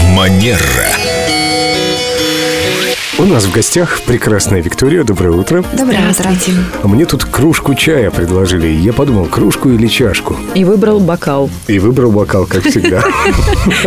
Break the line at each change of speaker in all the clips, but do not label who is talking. Премьера.
У нас в гостях прекрасная Виктория. Доброе утро.
Доброе утро.
Мне тут кружку чая предложили. и Я подумал, кружку или чашку.
И выбрал бокал.
И выбрал бокал, как всегда.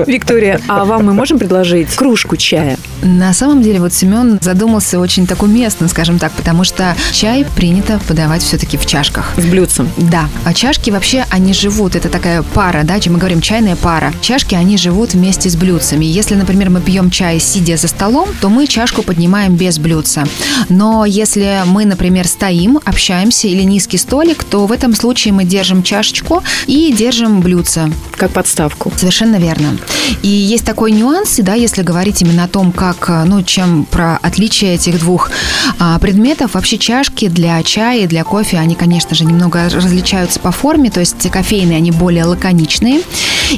Виктория, а вам мы можем предложить кружку чая?
На самом деле, вот Семен задумался очень так уместно, скажем так, потому что чай принято подавать все-таки в чашках.
С блюдцем.
Да, а чашки вообще, они живут, это такая пара, да, чем мы говорим, чайная пара. Чашки, они живут вместе с блюдцами. Если, например, мы пьем чай, сидя за столом, то мы чашку поднимаем без блюдца. Но если мы, например, стоим, общаемся или низкий столик, то в этом случае мы держим чашечку и держим блюдце.
Как подставку.
Совершенно верно. И есть такой нюанс, и да, если говорить именно о том, как, э, ну, чем про отличие этих двух а, предметов, вообще чашки для чая и для кофе, они, конечно же, немного различаются по форме, то есть кофейные, они более лаконичные.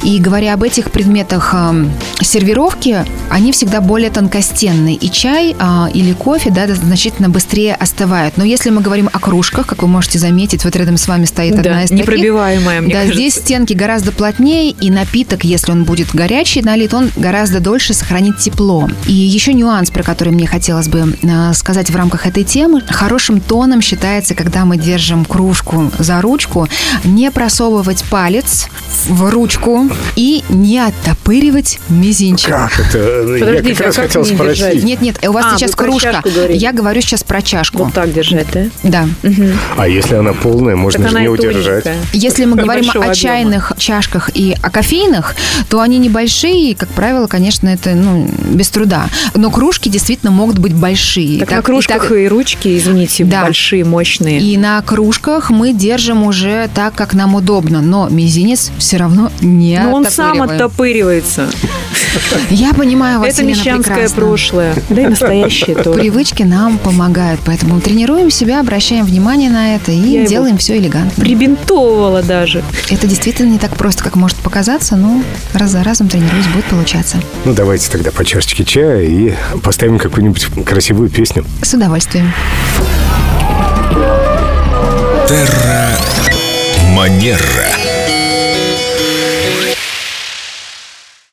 И говоря об этих предметах эм, сервировки, они всегда более тонкостенные. И чай а, или кофе, да, значительно быстрее остывают. Но если мы говорим о кружках, как вы можете заметить, вот рядом с вами стоит одна
Да,
из таких.
непробиваемая, мне
Да,
кажется.
здесь стенки гораздо плотнее, и напиток, если он будет горячий налит, он гораздо дольше сохранит тепло. И еще нюанс, про который мне хотелось бы э, сказать в рамках этой темы. Хорошим тоном считается, когда мы держим кружку за ручку, не просовывать палец в ручку и не оттопыривать мизинчик.
Как это? Я как
Подождите, а
раз
как
хотел
мне
спросить.
держать?
Нет, нет, э, у вас
А,
сейчас
вы про
кружка.
чашку говорите.
Я говорю сейчас про чашку.
Вот так держать, да?
Да.
А если она полная,
Так
можно же
она и
не удержать.
тоненькая.
Если мы говорим
Большого
о
объема.
чайных чашках и о кофейных, то они небольшие, и, как правило, конечно, это ну, без труда. Но кружки действительно могут быть большие.
Так, на
Так-
кружках и,
и так-
ручки, извините,
Да.
большие, мощные.
и на кружках мы держим уже так, как нам удобно, но мизинец все равно не
Но Ну, он сам
оттопыриваем.
оттопыривается.
Я понимаю вас,
Это
Елена,
мещанское
прекрасно.
прошлое. Да и настоящее тоже.
Привычки нам помогают, поэтому тренируем себя, обращаем внимание на это и
Я его
делаем все элегантно.
Прибинтовывала даже.
Это действительно не так просто, как может показаться, но раз за разом тренируюсь, будет получаться.
Ну, давайте тогда по чашечке чая и поставим какую-нибудь красивую песню.
С удовольствием.
Манера.